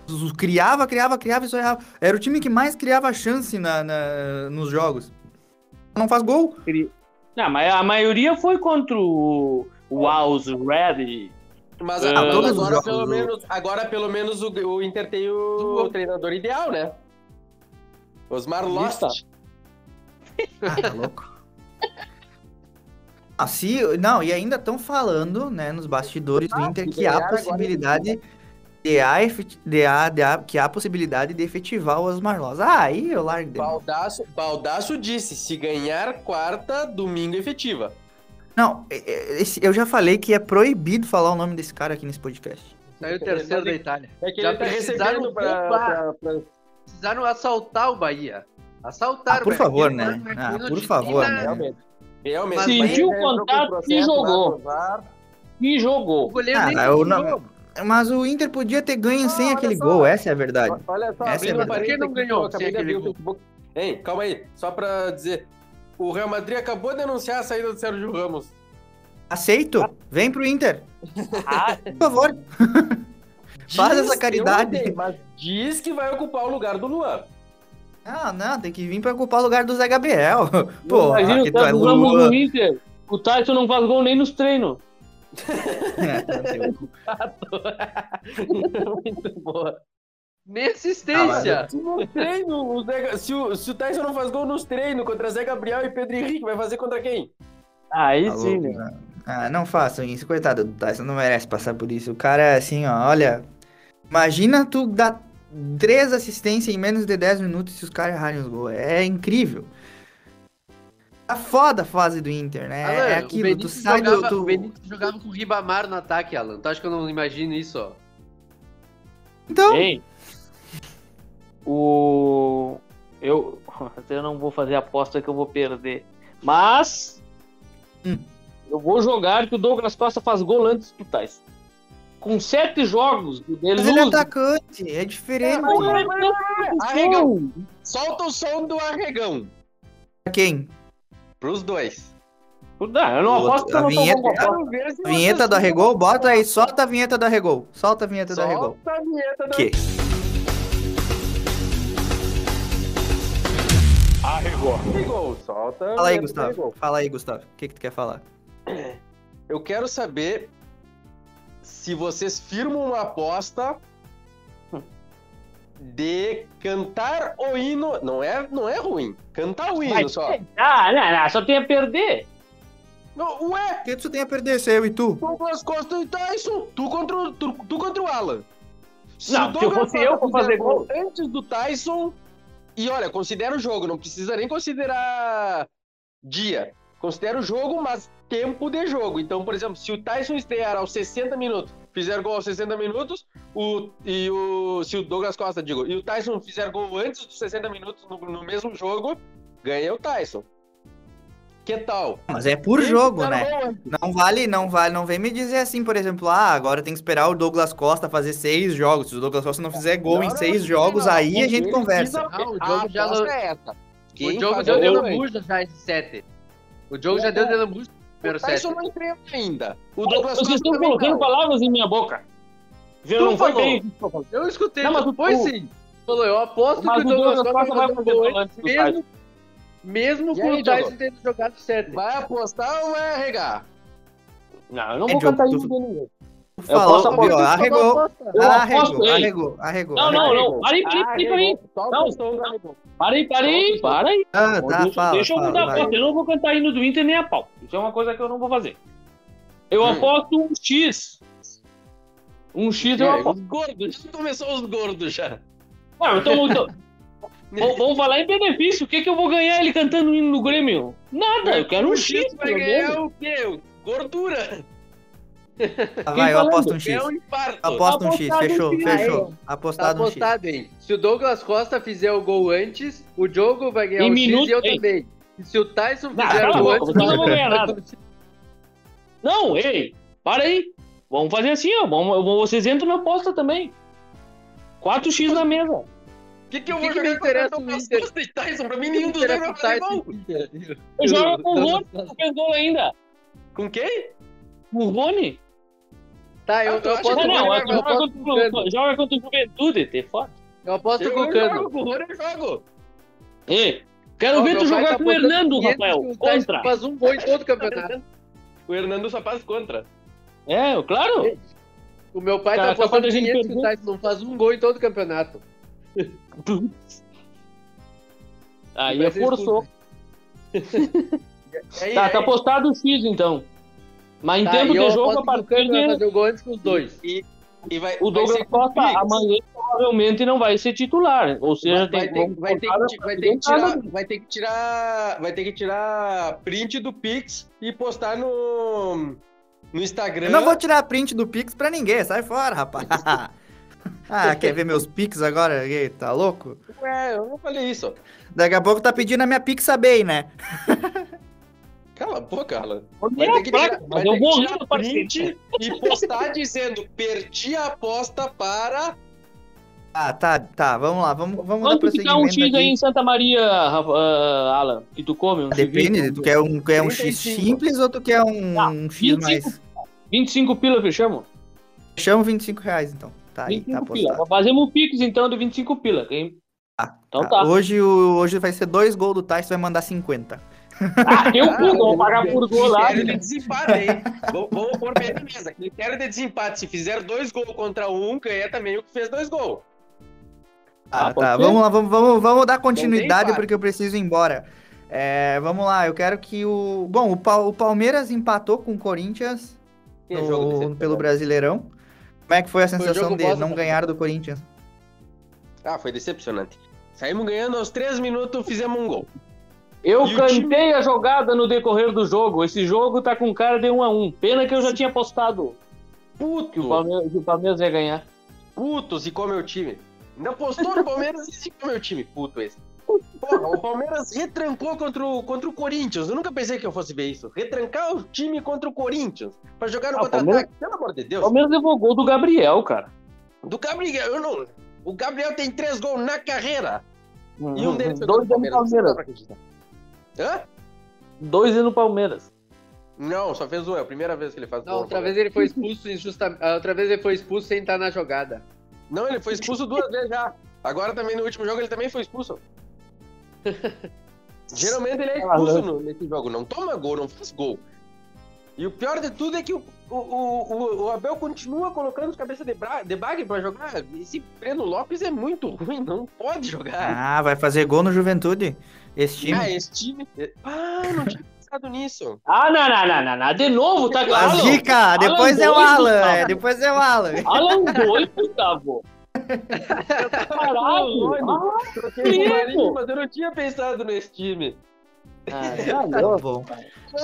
Speaker 2: Os- os- Criava, criava, criava e só errava. Era o time que mais criava chance na, na- nos jogos. Não faz gol.
Speaker 5: Não, mas a maioria foi contra o. O Aus Red.
Speaker 4: Mas
Speaker 5: É,
Speaker 4: ah, mas
Speaker 2: todos os
Speaker 4: agora,
Speaker 2: jogos,
Speaker 4: pelo
Speaker 2: o-
Speaker 4: menos, agora pelo menos o, o Inter tem o, treinador ideal, né? Osmar Lost.
Speaker 5: Lista.
Speaker 2: Ah, tá louco. Ah, se- não, e ainda estão falando, né, nos bastidores
Speaker 4: Ah,
Speaker 2: do Inter que há possibilidade de a, efet- de a- de a- que há possibilidade de efetivar o Osmar Loz. Ah, aí eu largo de mão.
Speaker 4: Baldaço, Baldaço disse: se ganhar quarta, domingo efetiva.
Speaker 2: Não, é- é- esse- eu já falei que é proibido falar o nome desse cara aqui nesse podcast.
Speaker 3: Saiu terceiro da Itália.
Speaker 4: É que
Speaker 3: Já
Speaker 4: ele tá
Speaker 3: precisaram
Speaker 4: recebendo pra,
Speaker 3: roubar.
Speaker 4: pra- pra-
Speaker 3: Precisaram assaltar o Bahia.
Speaker 2: Ah,
Speaker 3: Assaltaram
Speaker 2: por
Speaker 3: o Bahia.
Speaker 2: favor, né?
Speaker 3: Mas
Speaker 2: Ah,
Speaker 3: Marquinhos
Speaker 2: por
Speaker 3: de
Speaker 2: favor,
Speaker 3: Sina,
Speaker 2: né?
Speaker 4: Realmente. Realmente.
Speaker 3: Sentiu
Speaker 4: Bahia entrou com
Speaker 5: contato
Speaker 4: né, processo
Speaker 5: e
Speaker 4: lá
Speaker 5: jogou.
Speaker 4: no VAR.
Speaker 5: E
Speaker 3: O
Speaker 5: jogou.
Speaker 3: goleiro
Speaker 2: Cara,
Speaker 3: nem
Speaker 2: eu
Speaker 3: viu.
Speaker 2: não- Mas o Inter podia ter ganho sem
Speaker 4: olha
Speaker 2: aquele
Speaker 4: só.
Speaker 2: gol, essa é a verdade.
Speaker 4: Olha só,
Speaker 2: Essa é
Speaker 4: tá abrindo
Speaker 2: verdade.
Speaker 4: parênteses
Speaker 3: Por que não
Speaker 4: aqui,
Speaker 3: ganhou
Speaker 4: eu acabei
Speaker 3: sem
Speaker 4: de abrir
Speaker 3: aquele
Speaker 4: o Facebook. Hein, calma aí. Só pra dizer: o Real Madrid acabou de anunciar a saída do Sérgio Ramos.
Speaker 2: Aceito? Vem pro Inter,
Speaker 5: Ah,
Speaker 2: por é favor. Faz essa caridade.
Speaker 4: eu odeio, mas diz que vai ocupar o lugar do Luan.
Speaker 2: Não, Ah, não, tem que vir pra ocupar o lugar do Zé Gabriel. Pô,
Speaker 5: imagina
Speaker 2: que
Speaker 5: o
Speaker 2: tu é
Speaker 5: Tyson Ramos
Speaker 2: Lua.
Speaker 5: no Inter. O Tyson não faz gol nem nos treinos.
Speaker 2: É.
Speaker 4: Muito boa.
Speaker 3: Nem
Speaker 2: Ah,
Speaker 3: assistência.
Speaker 4: Se no treino, o Zé- se, o, se o Tyson não faz gol nos treinos contra Zé Gabriel e Pedro Henrique, vai fazer contra quem?
Speaker 5: Aí
Speaker 2: Tá
Speaker 5: sim,
Speaker 2: louco,
Speaker 5: né?
Speaker 2: né? Ah, não façam isso, coitado do Tyson, não merece passar por isso. O cara é assim, ó, olha. Imagina tu dar três assistências em menos de 10 minutos se os caras errarem os gols. É incrível. Tá foda a fase do Inter, né?
Speaker 3: Alan,
Speaker 2: é
Speaker 3: o
Speaker 2: aquilo, tu
Speaker 3: Benítez
Speaker 2: sai
Speaker 3: jogava,
Speaker 2: do.
Speaker 3: O
Speaker 2: Tu...
Speaker 3: Benítez jogava com o Ribamar no ataque, Alan. Tu acha que eu não imagino isso, ó?
Speaker 2: Então,
Speaker 5: Ei, o eu até não vou fazer aposta que eu vou perder, mas
Speaker 2: Hum.
Speaker 5: eu vou jogar que o Douglas Costa faz gol antes do Tais. Com sete jogos do
Speaker 2: mas ele é
Speaker 5: Deluz.
Speaker 2: atacante, é diferente.
Speaker 4: Arregão. Solta o som do arregão.
Speaker 2: Pra quem?
Speaker 4: Pros dois.
Speaker 5: Não, eu não aposto que eu
Speaker 2: A
Speaker 5: não tô
Speaker 2: vinheta-
Speaker 5: bom com aposta.
Speaker 2: A vinheta do Arregol, bota aí, solta a vinheta do Arregol. Solta a vinheta do Arregol.
Speaker 4: Solta a vinheta do
Speaker 2: Que?
Speaker 4: arregão. Solta a
Speaker 2: Fala aí,
Speaker 4: vinheta do
Speaker 2: Gustavo.
Speaker 4: arregão.
Speaker 2: Fala aí, Gustavo. O que, que tu quer falar?
Speaker 4: Eu quero saber se vocês firmam uma aposta de cantar o hino. Não é, não é ruim. Cantar o hino
Speaker 5: Vai
Speaker 4: só.
Speaker 5: Ah, não, não, só tem a perder.
Speaker 4: Não, ué,
Speaker 2: O É, que tu tem a perder, se eu e tu?
Speaker 4: Douglas Costa e Tyson. Tu contra, o- tu, tu contra o Alan. Se
Speaker 5: Não,
Speaker 4: o
Speaker 5: se
Speaker 4: Douglas Costa
Speaker 5: fosse eu, vou
Speaker 4: fizer
Speaker 5: fazer gol.
Speaker 4: Antes do Tyson. E olha, considera o jogo, não precisa nem considerar dia. Considero jogo, mas tempo de jogo. Então, por exemplo, se o Tyson estrear aos 60 minutos, fizer gol aos 60 minutos, o, e o, se o Douglas Costa, digo, e o Tyson fizer gol antes dos 60 minutos no, no mesmo jogo, ganha o Tyson. Que tal?
Speaker 2: Mas é por
Speaker 4: Tem que
Speaker 2: jogo,
Speaker 4: ficar
Speaker 2: né?
Speaker 4: bom, hein?
Speaker 2: Não vale, não vale, não vem me dizer assim, por exemplo, ah, agora tem que esperar o Douglas Costa fazer seis jogos. Se o Douglas Costa não fizer gol
Speaker 4: Não,
Speaker 2: em
Speaker 4: não,
Speaker 2: seis
Speaker 4: não,
Speaker 2: jogos,
Speaker 4: não.
Speaker 2: aí a
Speaker 4: Ele
Speaker 2: gente
Speaker 4: precisa-
Speaker 2: conversa.
Speaker 3: Não, o
Speaker 4: a
Speaker 3: jogo já
Speaker 4: aposta
Speaker 3: lan-
Speaker 4: é essa.
Speaker 3: O
Speaker 4: Quem
Speaker 3: jogo
Speaker 4: faz
Speaker 3: deu de
Speaker 4: gol- é
Speaker 3: lambuja já esse set. O jogo já deu de lambuja no
Speaker 4: O
Speaker 3: primeiro set.
Speaker 4: Tyson não estreou ainda. O Douglas
Speaker 5: Vocês
Speaker 4: Costa
Speaker 5: estão
Speaker 4: também
Speaker 5: colocando
Speaker 4: não.
Speaker 5: palavras em minha boca. Já
Speaker 3: Tu
Speaker 5: não foi
Speaker 3: falou.
Speaker 5: bem isso que eu falei.
Speaker 3: Eu escutei,
Speaker 5: Não, mas
Speaker 3: tu
Speaker 5: o-
Speaker 3: foi
Speaker 5: o-
Speaker 3: sim. Falou, eu aposto
Speaker 5: Mas
Speaker 3: que o
Speaker 5: o
Speaker 3: Douglas
Speaker 5: Douglas
Speaker 3: Costa vai fazer
Speaker 5: gol
Speaker 3: gol
Speaker 5: antes do
Speaker 3: mesmo, mesmo
Speaker 4: E
Speaker 3: com
Speaker 4: aí,
Speaker 3: o
Speaker 4: Douglas?
Speaker 3: Tyson tendo jogado set.
Speaker 4: Vai apostar ou vai arregar?
Speaker 5: Não, eu não
Speaker 2: É
Speaker 5: vou
Speaker 2: jogo,
Speaker 5: cantar
Speaker 2: tu-
Speaker 5: isso de ninguém. Eu
Speaker 2: Falou,
Speaker 5: posso
Speaker 2: ó,
Speaker 5: apostar,
Speaker 2: arregou,
Speaker 5: Eu aposto
Speaker 2: arregou,
Speaker 5: aí.
Speaker 2: arregou, arregou.
Speaker 5: Não, não,
Speaker 2: arregou.
Speaker 5: não. Parei, parei, parei, parei.
Speaker 4: Só
Speaker 5: Não.
Speaker 4: apostou no Gabigol.
Speaker 5: Parei, parei, parei.
Speaker 2: Ah, tá,
Speaker 5: deixa,
Speaker 2: fala,
Speaker 5: deixa eu
Speaker 2: fala,
Speaker 5: mudar a
Speaker 2: vai.
Speaker 5: aposta. Eu não vou cantar hino do Inter nem a pau. Isso é uma coisa que eu não vou fazer.
Speaker 4: Hum.
Speaker 5: Eu aposto um X. Um X eu
Speaker 4: É,
Speaker 5: aposto.
Speaker 4: os gordos, já começou os gordos já.
Speaker 5: Ah, então, então- Vamos- vamos falar em benefício. O que, que eu vou ganhar ele cantando o hino do Grêmio? Nada, eu quero um X.
Speaker 4: vai
Speaker 5: pelo menos.
Speaker 4: ganhar o quê? Gordura.
Speaker 2: Tá, vai, eu
Speaker 5: falando?
Speaker 2: aposto um X.
Speaker 4: É um infarto.
Speaker 2: Aposto um X,
Speaker 5: Apostado
Speaker 2: fechou,
Speaker 5: um X.
Speaker 2: fechou.
Speaker 3: Tá
Speaker 2: Apostado um X.
Speaker 3: apostado, hein? Se o Douglas Costa fizer o gol antes, o jogo vai ganhar
Speaker 5: Em
Speaker 3: o
Speaker 5: minuto,
Speaker 3: X e eu
Speaker 5: hein?
Speaker 3: também. E se o Tyson
Speaker 5: Não,
Speaker 3: fizer o
Speaker 5: cala a
Speaker 3: gol
Speaker 5: boca,
Speaker 3: antes,
Speaker 5: vocês não vão ganhar nada.
Speaker 3: vai-
Speaker 5: Não, ei, para aí. Vamos fazer assim, ó. Vamos, vocês entram na aposta também. 4x na mesa.
Speaker 4: O que, que eu
Speaker 3: O
Speaker 4: vou
Speaker 3: que que me
Speaker 4: jogar
Speaker 3: interessa
Speaker 4: contra o
Speaker 3: no
Speaker 4: Douglas
Speaker 3: Inter?
Speaker 4: Costa e Tyson? Pra mim, nenhum dos dois é vai fazer
Speaker 3: Tyson
Speaker 4: gol.
Speaker 3: fizer.
Speaker 5: Eu jogo com o
Speaker 3: Douglas
Speaker 5: Rony, não fez gol ainda.
Speaker 4: Com quem?
Speaker 5: Com o Rony?
Speaker 3: Tá, eu,
Speaker 4: Ah, tu
Speaker 3: eu
Speaker 4: acha
Speaker 3: aposto
Speaker 5: Não,
Speaker 4: que
Speaker 3: no
Speaker 4: vai,
Speaker 5: não,
Speaker 4: vai,
Speaker 5: é
Speaker 3: Grêmio,
Speaker 5: que
Speaker 3: eu
Speaker 5: joga
Speaker 3: aposto
Speaker 5: contra,
Speaker 3: no
Speaker 5: o-
Speaker 3: Cano.
Speaker 5: joga contra o Juventude, te foda.
Speaker 3: Eu aposto
Speaker 4: Eu
Speaker 3: no
Speaker 4: eu
Speaker 3: Cano.
Speaker 4: jogo, com o Rony eu jogo.
Speaker 5: Ei, quero ver tu jogar com o Hernando, Rafael. Contra.
Speaker 3: Faz um gol em todo o campeonato.
Speaker 4: O Hernando só faz contra.
Speaker 5: É, claro.
Speaker 3: O meu pai
Speaker 5: Cara,
Speaker 3: tá
Speaker 5: só quando
Speaker 3: apostando
Speaker 5: a gente
Speaker 3: 500 que o
Speaker 5: pergunta-
Speaker 3: Tyson não faz um gol em todo o campeonato. Tá,
Speaker 5: Aí
Speaker 3: Vai
Speaker 5: é
Speaker 3: ser
Speaker 5: forçou.
Speaker 4: Aí,
Speaker 5: Tá,
Speaker 4: aí,
Speaker 5: tá apostado o X então. Mas em
Speaker 3: Tá,
Speaker 5: tempo
Speaker 3: e eu
Speaker 5: de jogo,
Speaker 3: aposto
Speaker 5: a
Speaker 3: que o Cano
Speaker 5: partir
Speaker 3: vai
Speaker 5: de.
Speaker 3: fazer o gol antes que os dois.
Speaker 4: e vai,
Speaker 5: O
Speaker 4: vai
Speaker 5: Douglas
Speaker 4: ser com
Speaker 5: Costa
Speaker 4: o Pix.
Speaker 5: amanhã provavelmente não vai ser titular. Ou seja,
Speaker 4: Vai- vai
Speaker 5: tem
Speaker 4: ter- vai ter que ti- vai ter que tirar- vai ter que tirar vai ter que tirar print do Pix e postar no no Instagram
Speaker 2: Eu não vou tirar print do Pix pra ninguém, sai fora, rapaz. Ah, quer ver meus Pix agora? Ei, Tá louco?
Speaker 4: Ué, É, eu não falei isso
Speaker 2: Daqui a pouco tá pedindo a minha Pixabay, né?
Speaker 4: cala a boca Alan
Speaker 5: Vai ter que tirar,
Speaker 4: vai
Speaker 5: É, mas
Speaker 4: ter
Speaker 5: eu
Speaker 4: que
Speaker 5: vou
Speaker 4: tirar
Speaker 5: rir do
Speaker 4: print
Speaker 5: parceiro.
Speaker 4: e postar dizendo perdi a aposta para
Speaker 2: Ah, tá, tá, vamos lá, vamos, vamos dar
Speaker 5: Quanto que dá um
Speaker 2: prosseguimento
Speaker 5: X aí
Speaker 2: aqui.
Speaker 5: em Santa Maria, Rafa- ah, Alan? Que tu come? Um
Speaker 2: Tá Depende,
Speaker 5: X20?
Speaker 2: tu quer um, quer um X
Speaker 4: 35.
Speaker 2: simples ou tu quer um,
Speaker 5: Tá,
Speaker 2: um X mais...
Speaker 5: 25 pila, fechamos?
Speaker 2: Chama 25 reais, então. Tá aí, tá
Speaker 5: 25
Speaker 2: apostado.
Speaker 5: pila. Fazemos o Pix então de 25 pila. Quem... Então
Speaker 2: Tá,
Speaker 5: tá.
Speaker 2: Hoje, o- hoje vai ser dois gols do Tyson, vai mandar 50.
Speaker 5: Ah, eu pulo, vou pagar por gol lá.
Speaker 4: critério de desempate hein vamos vamos pôr bem na mesa critério de desempate se fizer dois gols contra um ganha também o que fez dois gols
Speaker 2: Ah,
Speaker 5: Ah, pode
Speaker 2: tá.
Speaker 5: ser?
Speaker 2: Vamos lá, vamos, vamos, vamos dar continuidade
Speaker 4: empate.
Speaker 2: porque eu preciso ir embora. É, vamos lá, eu quero que o. Bom, o, Pal- o Palmeiras empatou com o Corinthians
Speaker 4: Que
Speaker 2: no-
Speaker 4: jogo desse-
Speaker 2: pelo Brasileirão. Como é que foi a sensação
Speaker 3: jogo
Speaker 2: de
Speaker 3: bosta,
Speaker 2: não
Speaker 3: tá?
Speaker 2: ganhar do Corinthians?
Speaker 4: ah foi decepcionante saímos ganhando aos três minutos fizemos um gol
Speaker 5: Eu
Speaker 4: E o
Speaker 5: cantei
Speaker 4: time-
Speaker 5: a jogada no decorrer do jogo. Esse jogo tá com cara de 1 a 1 Pena que eu já tinha apostado que o
Speaker 4: puto
Speaker 5: Palmeiras, que o Palmeiras ia ganhar.
Speaker 4: Puto, zicou meu time. Ainda apostou no Palmeiras e zicou meu time, puto esse. Porra, o Palmeiras retrancou contra o, contra o Corinthians. Eu nunca pensei que eu fosse ver isso. Retrancar o time contra o Corinthians. Pra jogar no
Speaker 5: Ah, o
Speaker 4: contra-ataque.
Speaker 5: Palmeiras-
Speaker 4: Pelo amor de
Speaker 5: O
Speaker 4: Deus.
Speaker 5: Palmeiras levou gol do Gabriel, cara.
Speaker 4: Do Gabriel, eu não. O Gabriel tem três gols na carreira. E um deles foi
Speaker 5: dois é
Speaker 4: contra
Speaker 5: no
Speaker 4: o Palmeiras.
Speaker 5: Palmeiras.
Speaker 4: Hã?
Speaker 5: Dois é no Palmeiras.
Speaker 4: Não, só fez um. É a primeira vez que ele faz
Speaker 3: Não,
Speaker 4: gol. no
Speaker 3: outra vez ele
Speaker 4: Palmeiras.
Speaker 3: foi expulso injustamente. Outra vez ele foi expulso sem estar na jogada.
Speaker 4: Não, ele foi expulso duas vezes já. Agora também no último jogo ele também foi expulso. Geralmente ele é expulso
Speaker 5: Malandro.
Speaker 4: no, nesse jogo, não toma gol, não faz gol. E o pior de tudo é que o, o, o, o- o Abel continua colocando os cabeça de, bra- de bag pra jogar. Esse Breno Lopes é muito ruim, não pode jogar.
Speaker 2: Ah, vai fazer gol no Juventude. Esse time.
Speaker 4: Ah, esse time. Ah, não tinha pensado nisso.
Speaker 5: Ah, não, não, não, não, não. De novo, tá
Speaker 2: A
Speaker 5: claro.
Speaker 2: zica! Depois é o
Speaker 5: dois,
Speaker 2: Alan,
Speaker 5: Gustavo.
Speaker 2: é, depois é o Alan.
Speaker 5: Alan dois, Gustavo. Caralho.
Speaker 4: Troquei
Speaker 5: Ah,
Speaker 4: o Marinho,
Speaker 5: mesmo.
Speaker 4: mas eu não tinha pensado nesse time.
Speaker 5: Ah,
Speaker 2: Tá
Speaker 5: não.
Speaker 2: bom.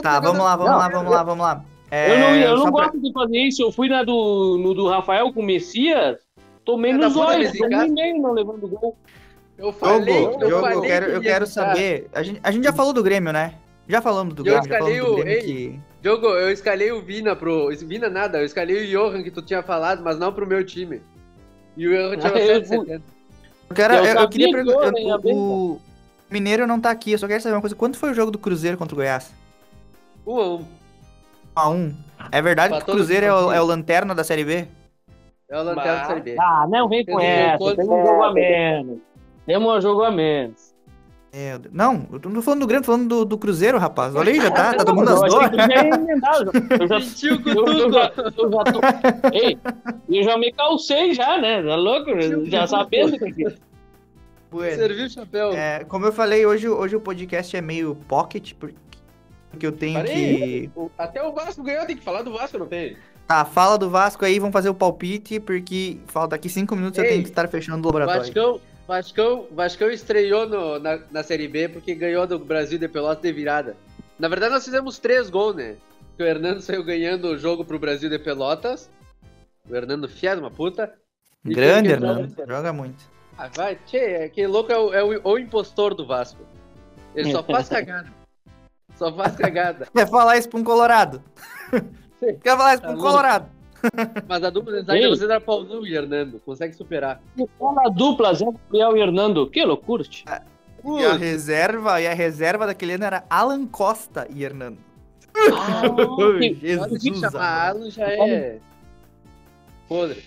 Speaker 2: Tá, vamos lá, vamos
Speaker 5: Não,
Speaker 2: lá, vamos lá, vamos lá. É,
Speaker 5: eu não, eu não
Speaker 2: só pra-
Speaker 5: gosto de fazer isso. Eu fui na do, no do Rafael com o Messias, tomei
Speaker 3: É da
Speaker 5: nos
Speaker 3: puta
Speaker 5: olhos,
Speaker 3: Messias.
Speaker 5: tomei meio não levando gol.
Speaker 3: Eu falei,
Speaker 2: Jogo,
Speaker 3: eu
Speaker 2: jogo,
Speaker 3: falei
Speaker 2: eu quero,
Speaker 3: que
Speaker 2: eu
Speaker 3: ia
Speaker 2: quero
Speaker 3: ficar.
Speaker 2: saber. A gente, a gente já falou do Grêmio, né? Já falamos do
Speaker 3: Eu
Speaker 2: Grêmio, já
Speaker 3: escalei
Speaker 2: falamos do
Speaker 3: o-
Speaker 2: Grêmio
Speaker 3: ei.
Speaker 2: que.
Speaker 3: Jogo, eu escalei o Vina pro. Vina nada, eu escalei o Johan que tu tinha falado, mas não pro meu time. E o Johan
Speaker 5: Ah, eu
Speaker 3: tinha
Speaker 5: vou-
Speaker 3: 7,70.
Speaker 2: Eu, quero,
Speaker 5: Eu
Speaker 2: eu, eu
Speaker 5: sabia
Speaker 2: queria
Speaker 5: que
Speaker 2: perguntar.
Speaker 5: ontem ia bem,
Speaker 2: O o Mineiro não tá aqui, eu só quero saber uma coisa. Quanto foi o jogo do Cruzeiro contra o Goiás?
Speaker 3: 1 a 1.
Speaker 2: 1x1. É verdade que o
Speaker 3: Empatou
Speaker 2: Cruzeiro é o,
Speaker 3: no-
Speaker 2: é o lanterna da Série B?
Speaker 3: É o lanterna
Speaker 4: Bah.
Speaker 3: do Série B.
Speaker 5: Ah, não vem com
Speaker 3: Eu
Speaker 5: essa.
Speaker 3: conto-
Speaker 5: Tem um jogo a menos. Temos um jogo a menos.
Speaker 2: Meu Deus. Não, eu tô- não tô falando do Grêmio, tô falando do, do Cruzeiro, rapaz. Olha aí, já tá, tá tomando
Speaker 5: Eu
Speaker 2: as
Speaker 5: achei
Speaker 2: dores.
Speaker 5: que tu já ia emendar, Eu já, eu, eu já, eu já tô. Ei, eu já me calcei já, né? Tá louco? Já sabendo que.
Speaker 2: Bueno.
Speaker 3: Serviu o chapéu.
Speaker 2: É, como eu falei, hoje, hoje o podcast é meio pocket, porque, porque eu tenho que.
Speaker 4: Parei. O- Até o Vasco ganhou, tem que falar do Vasco, não tem?
Speaker 2: Tá, fala do Vasco aí, vamos fazer o palpite, porque falta aqui cinco minutos eu
Speaker 3: Ei,
Speaker 2: tenho que estar fechando o laboratório.
Speaker 3: Vascão, Vascão, Vascão estreou no- na, na Série B porque ganhou do Brasil de Pelotas de virada. Na verdade, nós fizemos três gols, né? Que o Hernando saiu ganhando o jogo pro Brasil de Pelotas. O Hernando fiado, uma puta. E
Speaker 2: Grande,
Speaker 3: quem que
Speaker 2: Hernando.
Speaker 3: joga?
Speaker 2: Joga muito.
Speaker 3: Ah, vai, tchê, aquele louco é o, é o- o impostor do Vasco. Ele só faz cagada. Só faz cagada.
Speaker 2: Quer falar isso pra um Colorado? Quer falar isso pra um
Speaker 3: Tá
Speaker 2: Colorado?
Speaker 3: Mas a dupla de zaga
Speaker 5: Ei.
Speaker 3: você dá pauzão e Hernando. Consegue superar.
Speaker 5: Fala dupla, Zé Gabriel e Hernando. Que loucura, tio.
Speaker 4: Ah,
Speaker 2: E a reserva, e a reserva daquele ano era Alan Costa e Hernando.
Speaker 5: Ah, que-
Speaker 3: Olha que
Speaker 2: Jesus.
Speaker 3: chamar Alan já é. Podre.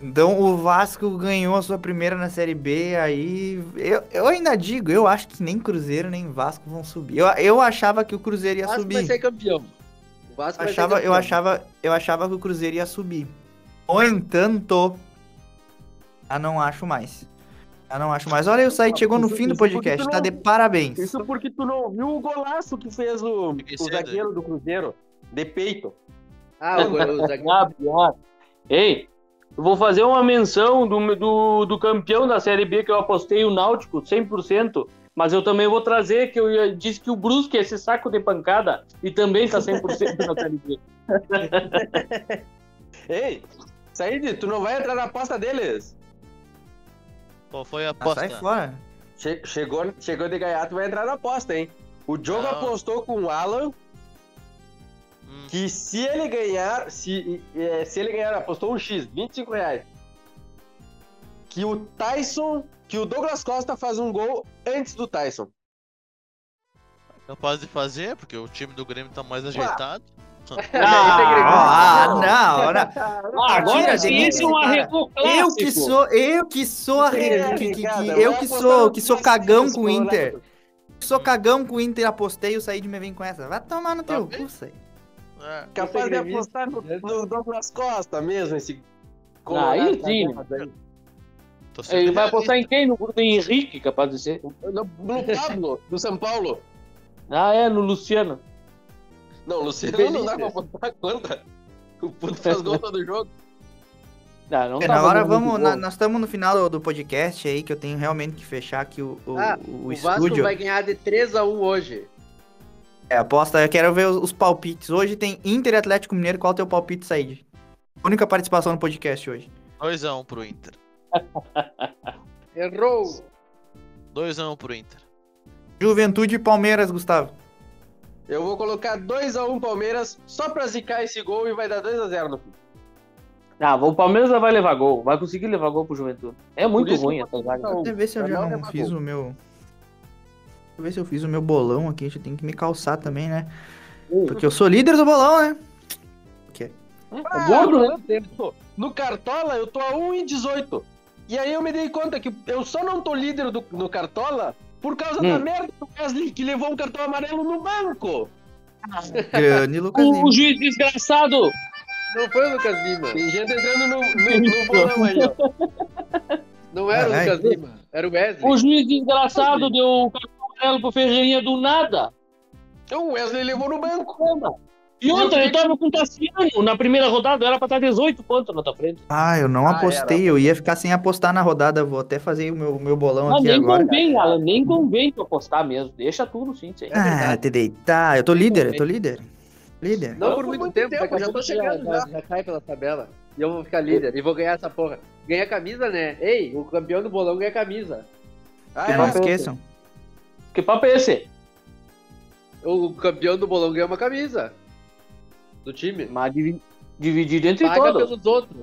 Speaker 2: Então o Vasco ganhou a sua primeira na Série B, aí eu, eu ainda digo, eu acho que nem Cruzeiro nem Vasco vão subir. Eu, eu achava que o Cruzeiro ia
Speaker 3: O Vasco
Speaker 2: subir.
Speaker 3: vai ser campeão. O Vasco vai ser
Speaker 2: achava, eu
Speaker 3: campeão.
Speaker 2: achava, eu achava que o Cruzeiro ia subir. No entanto, ah, não acho mais. Ah, não acho mais. Olha, eu saí, chegou no fim do podcast, tá de parabéns.
Speaker 4: Isso porque tu não viu o golaço que fez o,
Speaker 8: Fiquei
Speaker 4: o
Speaker 8: cedo.
Speaker 4: zagueiro do Cruzeiro. De peito.
Speaker 3: Ah, o, o zagueiro.
Speaker 5: Ah, pior. Ei, eu vou fazer uma menção do, do, do campeão da Série B que eu apostei, o Náutico, 100%. Mas eu também vou trazer que eu ia- disse que o Brusque é esse saco de pancada e também tá 100% na Série B.
Speaker 4: Ei, Said, tu não vai entrar na pasta deles.
Speaker 8: Qual foi a
Speaker 2: Ah,
Speaker 8: aposta?
Speaker 2: sai fora.
Speaker 4: Che- chegou, chegou de gaiato, vai entrar na aposta, hein? O Diogo
Speaker 8: Não.
Speaker 4: apostou com o Alan
Speaker 8: Hum,
Speaker 4: que se ele ganhar, se, eh, se ele ganhar, apostou um X, 25 reais. Que o Tyson, que o Douglas Costa faz um gol antes do Tyson.
Speaker 8: capaz de fazer, porque o time do Grêmio tá mais ajeitado.
Speaker 2: Ah, não, não.
Speaker 5: Ah, agora
Speaker 2: Tira,
Speaker 5: sim,
Speaker 2: Denise,
Speaker 5: isso é um
Speaker 2: cara.
Speaker 5: arreglo clássico.
Speaker 2: Eu que sou, eu que sou, a re-
Speaker 4: É,
Speaker 2: que- que- que-
Speaker 4: Ricardo,
Speaker 2: eu
Speaker 4: vai
Speaker 2: que
Speaker 4: apostar
Speaker 2: sou,
Speaker 4: no
Speaker 2: que sou
Speaker 4: Tyson
Speaker 2: cagão
Speaker 4: desse
Speaker 2: com o
Speaker 4: Colorado.
Speaker 2: Inter. Sou cagão com o Inter, apostei, o Said me vem com essa. Vai tomar no teu
Speaker 8: Tá
Speaker 2: cu, Said.
Speaker 8: É,
Speaker 4: Capaz de
Speaker 3: gremista,
Speaker 4: apostar no,
Speaker 3: né?
Speaker 4: no Douglas Costa mesmo, esse
Speaker 5: Aí
Speaker 4: colorado
Speaker 5: sim.
Speaker 4: cagado aí.
Speaker 8: tô sendo
Speaker 5: Ele vai
Speaker 8: realista.
Speaker 5: apostar em quem? No Bruno Henrique, capaz de ser.
Speaker 4: No, no Pablo, do São Paulo.
Speaker 5: Ah, é, no Luciano.
Speaker 4: Não, Luciano não dá pra
Speaker 3: Feliz.
Speaker 4: apostar contra. O puto faz gol todo jogo.
Speaker 5: Ah, não
Speaker 2: É,
Speaker 5: tá
Speaker 2: na hora
Speaker 5: fazendo muito
Speaker 2: vamos,
Speaker 5: gol.
Speaker 2: na- nós estamos no final do, do podcast aí, que eu tenho realmente que fechar aqui o, o,
Speaker 3: Ah,
Speaker 2: o
Speaker 3: O Vasco
Speaker 2: estúdio.
Speaker 3: vai ganhar de 3x1 hoje.
Speaker 2: É, aposta, eu quero ver os, os palpites. Hoje tem Inter e Atlético Mineiro, qual é o teu palpite, Said? Única participação no podcast hoje.
Speaker 8: 2x1 pro Inter.
Speaker 3: Errou!
Speaker 8: 2x1 pro Inter.
Speaker 2: Juventude e Palmeiras, Gustavo.
Speaker 4: Eu vou colocar 2x1 Palmeiras só pra zicar esse gol e vai dar 2x0 no fim.
Speaker 5: Ah, o Palmeiras vai levar gol. Vai conseguir levar gol pro Juventude. É muito
Speaker 4: Por isso
Speaker 5: ruim
Speaker 4: que
Speaker 5: essa zaga.
Speaker 4: Então,
Speaker 2: Deixa eu ver se eu
Speaker 4: pra
Speaker 2: já
Speaker 4: não
Speaker 2: não
Speaker 4: levar
Speaker 2: fiz
Speaker 4: gol.
Speaker 2: o meu. Deixa eu ver se eu fiz o meu bolão aqui, já tem que me calçar também, né? Porque eu sou líder do bolão, né?
Speaker 4: Ah,
Speaker 5: Gordo, né?
Speaker 4: não tem, pô. No Cartola eu tô a 1,18. E aí eu me dei conta que eu só não tô líder do, no Cartola por causa da
Speaker 5: Hum.
Speaker 4: merda do Wesley que levou um cartão amarelo no banco.
Speaker 2: Grande Lucas
Speaker 5: O,
Speaker 2: Lima.
Speaker 5: o juiz desgraçado!
Speaker 3: Não foi o Lucas Lima.
Speaker 4: Tem gente entrando no, no, no bolão aí, ó.
Speaker 3: Não era o
Speaker 2: Caralho.
Speaker 3: Lucas Lima. Era o Wesley.
Speaker 5: O juiz desgraçado deu um o cartão amarelo pro Ferreirinha do nada.
Speaker 4: Então o Wesley levou no banco.
Speaker 5: Caramba. E outra, ele tava com o Tassiano na primeira rodada, era pra estar 18 pontos na tua frente.
Speaker 2: Ah, eu não
Speaker 4: Ah,
Speaker 2: apostei, eu ia ficar sem apostar na rodada. Vou até fazer o meu, meu bolão
Speaker 5: Mas
Speaker 2: aqui
Speaker 5: nem
Speaker 2: agora.
Speaker 5: convém, Alan, nem convém tu apostar mesmo. Deixa tudo sim, isso aí. é
Speaker 2: Ah,
Speaker 5: verdade.
Speaker 2: te deitar. Eu tô líder, eu tô líder. Líder.
Speaker 3: Não por muito tempo, daqui a
Speaker 9: já tô
Speaker 3: pouco
Speaker 9: chegando,
Speaker 3: já, já cai pela tabela. E eu vou ficar líder e vou ganhar essa porra. Ganha camisa, né? Ei, o campeão do bolão ganha camisa.
Speaker 4: Ah,
Speaker 2: Que
Speaker 4: é?
Speaker 2: não esqueçam.
Speaker 5: Que papo é esse?
Speaker 3: O campeão do bolão ganha uma camisa. Do time.
Speaker 5: Mas divi- dividido entre
Speaker 3: Paga
Speaker 5: todos.
Speaker 3: pelos outros.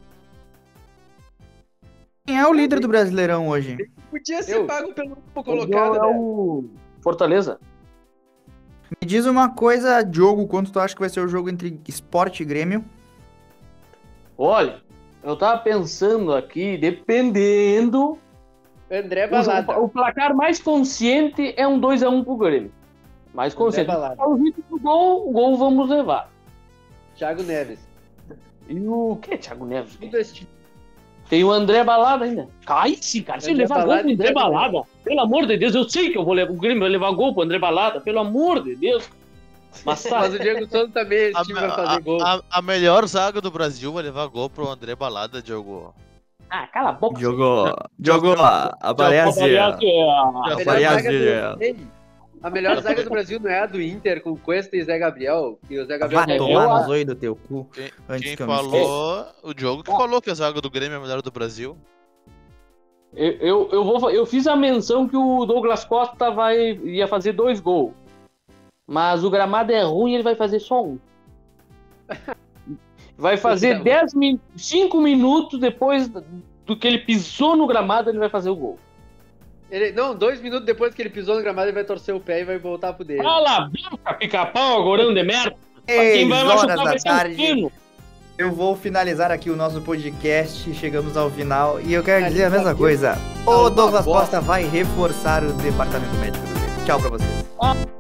Speaker 2: Quem é o líder do Brasileirão hoje?
Speaker 9: Podia ser
Speaker 3: Eu.
Speaker 9: pago pelo grupo
Speaker 5: Então
Speaker 9: colocado,
Speaker 5: é
Speaker 9: né?
Speaker 5: o Fortaleza.
Speaker 2: Me diz uma coisa, Diogo, quanto tu acha que vai ser o jogo entre esporte e Grêmio?
Speaker 5: Olha, eu tava pensando aqui, dependendo.
Speaker 3: André Balada.
Speaker 5: O, o placar mais consciente é um 2x1 pro Grêmio. Mais consciente.
Speaker 3: Leva lá.
Speaker 5: O vídeo do gol, o gol vamos levar.
Speaker 3: Thiago Neves.
Speaker 5: E o que, Thiago Neves?
Speaker 3: Tudo esse time.
Speaker 5: Tem o André Balada ainda. Cai sim, cara. Se
Speaker 3: André
Speaker 5: levar gol
Speaker 3: Balada é
Speaker 5: pro
Speaker 3: e
Speaker 5: André
Speaker 3: Thiago
Speaker 5: Balada, pelo amor de Deus, eu sei que eu vou levar, o Grêmio vai levar gol pro André Balada, pelo amor de Deus. Mas tá,
Speaker 3: Mas o Diego Santos também, esse
Speaker 8: A,
Speaker 3: time vai fazer gol.
Speaker 8: a- a- a melhor zaga do Brasil vai levar gol pro André Balada, Diogo.
Speaker 5: ah, cala a boca.
Speaker 10: Jogou, jogou, aparece.
Speaker 5: Aliás,
Speaker 2: Ah,
Speaker 5: é,
Speaker 3: A
Speaker 8: Já
Speaker 3: melhor,
Speaker 8: foi.
Speaker 10: Aliás,
Speaker 3: zaga do...
Speaker 10: Diego.
Speaker 3: Ei, a melhor zaga do Brasil não é a do Inter, com Cuesta e Zé Gabriel. E o Zé Gabriel
Speaker 2: Vai
Speaker 5: eu
Speaker 2: tomar
Speaker 5: acho-
Speaker 2: no zoio do teu cu.
Speaker 8: Quem-
Speaker 2: Antes
Speaker 8: Quem
Speaker 2: que eu me esqueça.
Speaker 8: falou, o Diogo que falou que a zaga do Grêmio é a melhor do Brasil.
Speaker 5: Eu, eu, eu, vou, fa- eu fiz a menção que o Douglas Costa vai, ia fazer dois gols. Mas o gramado é ruim ele vai fazer só um. Vai
Speaker 3: Então.
Speaker 5: fazer 10 min- cinco minutos depois do que ele pisou no gramado, ele vai fazer o gol.
Speaker 3: Ele- não, dois minutos depois que ele pisou no gramado, ele vai torcer o pé e vai voltar pro dele.
Speaker 5: Cala a boca, pica-pau, gorão de merda. Quem
Speaker 2: Seis
Speaker 5: vai
Speaker 2: horas
Speaker 5: machucar
Speaker 2: da
Speaker 5: vai ser o
Speaker 2: tarde.
Speaker 5: Tino.
Speaker 2: Eu vou finalizar aqui o nosso podcast. Chegamos ao final e eu quero dizer a mesma
Speaker 3: Tá
Speaker 2: coisa.
Speaker 3: uma
Speaker 2: O Douglas
Speaker 3: bosta.
Speaker 2: Costa vai reforçar o departamento médico do Grêmio. Tchau pra vocês.